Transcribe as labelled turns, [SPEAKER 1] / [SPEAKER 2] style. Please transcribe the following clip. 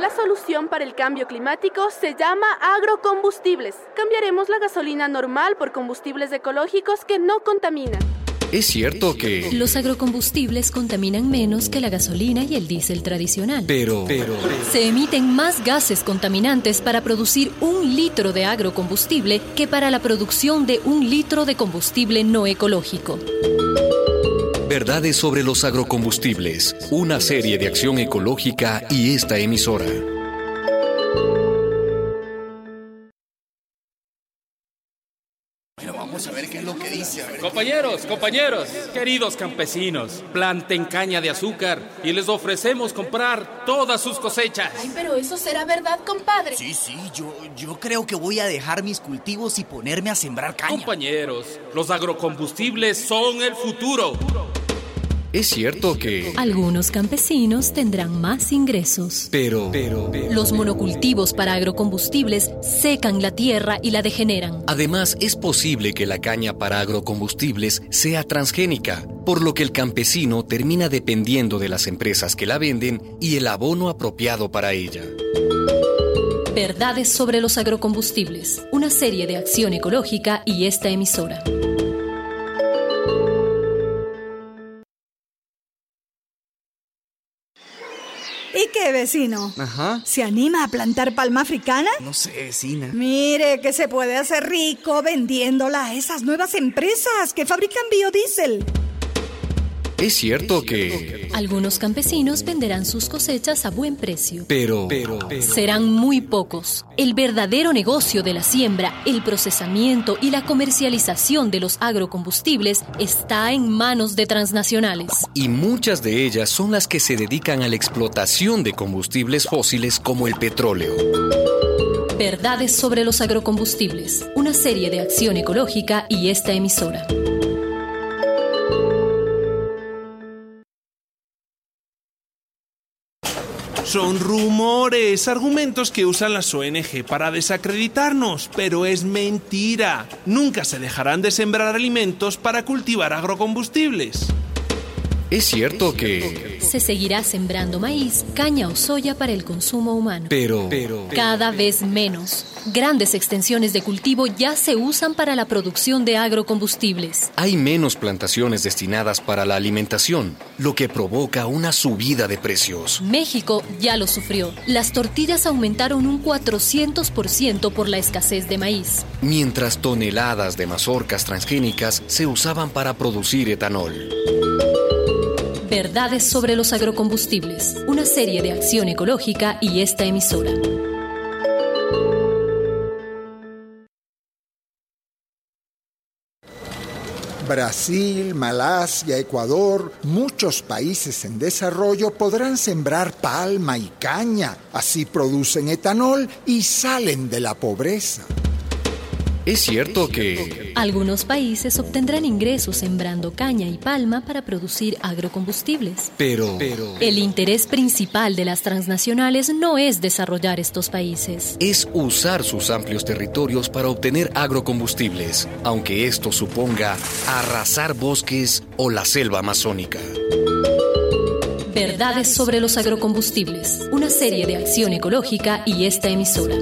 [SPEAKER 1] La solución para el cambio climático se llama agrocombustibles. Cambiaremos la gasolina normal por combustibles ecológicos que no contaminan.
[SPEAKER 2] Es cierto que...
[SPEAKER 3] Los agrocombustibles contaminan menos que la gasolina y el diésel tradicional.
[SPEAKER 2] Pero...
[SPEAKER 3] Se emiten más gases contaminantes para producir un litro de agrocombustible que para la producción de un litro de combustible no ecológico.
[SPEAKER 2] Verdades sobre los agrocombustibles, una serie de acción ecológica y esta emisora.
[SPEAKER 4] Pero vamos a ver qué es lo que dice. a ver.
[SPEAKER 5] Compañeros, compañeros, queridos campesinos, planten caña de azúcar y les ofrecemos comprar todas sus cosechas.
[SPEAKER 1] Pero eso será verdad, compadre.
[SPEAKER 4] Sí, sí, yo, yo creo que voy a dejar mis cultivos y ponerme a sembrar caña.
[SPEAKER 5] pues. Compañeros, los agrocombustibles son el futuro.
[SPEAKER 2] Es cierto que...
[SPEAKER 3] Algunos campesinos tendrán más ingresos.
[SPEAKER 2] Pero...
[SPEAKER 3] Los monocultivos para agrocombustibles secan la tierra y la degeneran.
[SPEAKER 2] Además, es posible que la caña para agrocombustibles sea transgénica, por lo que el campesino termina dependiendo de las empresas que la venden y el abono apropiado para ella.
[SPEAKER 3] Verdades sobre los agrocombustibles, una serie de acción ecológica y esta emisora.
[SPEAKER 6] ¿Y qué vecino?
[SPEAKER 4] Ajá.
[SPEAKER 6] ¿Se anima a plantar palma africana?
[SPEAKER 4] No sé, vecina.
[SPEAKER 6] Mire que se puede hacer rico vendiéndola a esas nuevas empresas que fabrican biodiesel.
[SPEAKER 2] Es cierto que...
[SPEAKER 3] Algunos campesinos venderán sus cosechas a buen precio.
[SPEAKER 2] Pero...
[SPEAKER 3] Serán muy pocos. El verdadero negocio de la siembra, el procesamiento y la comercialización de los agrocombustibles está en manos de transnacionales.
[SPEAKER 2] Y muchas de ellas son las que se dedican a la explotación de combustibles fósiles como el petróleo.
[SPEAKER 3] Verdades sobre los agrocombustibles, una serie de acción ecológica y esta emisora.
[SPEAKER 7] Son rumores, argumentos que usan las ONG para desacreditarnos, pero es mentira. Nunca se dejarán de sembrar alimentos para cultivar agrocombustibles.
[SPEAKER 2] Es cierto que...
[SPEAKER 3] Se seguirá sembrando maíz, caña o soya para el consumo humano.
[SPEAKER 2] Pero...
[SPEAKER 3] Cada vez menos. Grandes extensiones de cultivo ya se usan para la producción de agrocombustibles.
[SPEAKER 2] Hay menos plantaciones destinadas para la alimentación, lo que provoca una subida de precios.
[SPEAKER 3] México ya lo sufrió. Las tortillas aumentaron un 400% por la escasez de maíz.
[SPEAKER 2] Mientras toneladas de mazorcas transgénicas se usaban para producir etanol.
[SPEAKER 3] Verdades sobre los agrocombustibles, una serie de acción ecológica y esta emisora.
[SPEAKER 8] Brasil, Malasia, Ecuador, muchos países en desarrollo podrán sembrar palma y caña. Así producen etanol y salen de la pobreza.
[SPEAKER 2] Es cierto que...
[SPEAKER 3] Algunos países obtendrán ingresos sembrando caña y palma para producir agrocombustibles.
[SPEAKER 2] Pero...
[SPEAKER 3] El interés principal de las transnacionales no es desarrollar estos países.
[SPEAKER 2] Es usar sus amplios territorios para obtener agrocombustibles, aunque esto suponga arrasar bosques o la selva amazónica.
[SPEAKER 3] Verdades sobre los agrocombustibles, una serie de acción ecológica y esta emisora.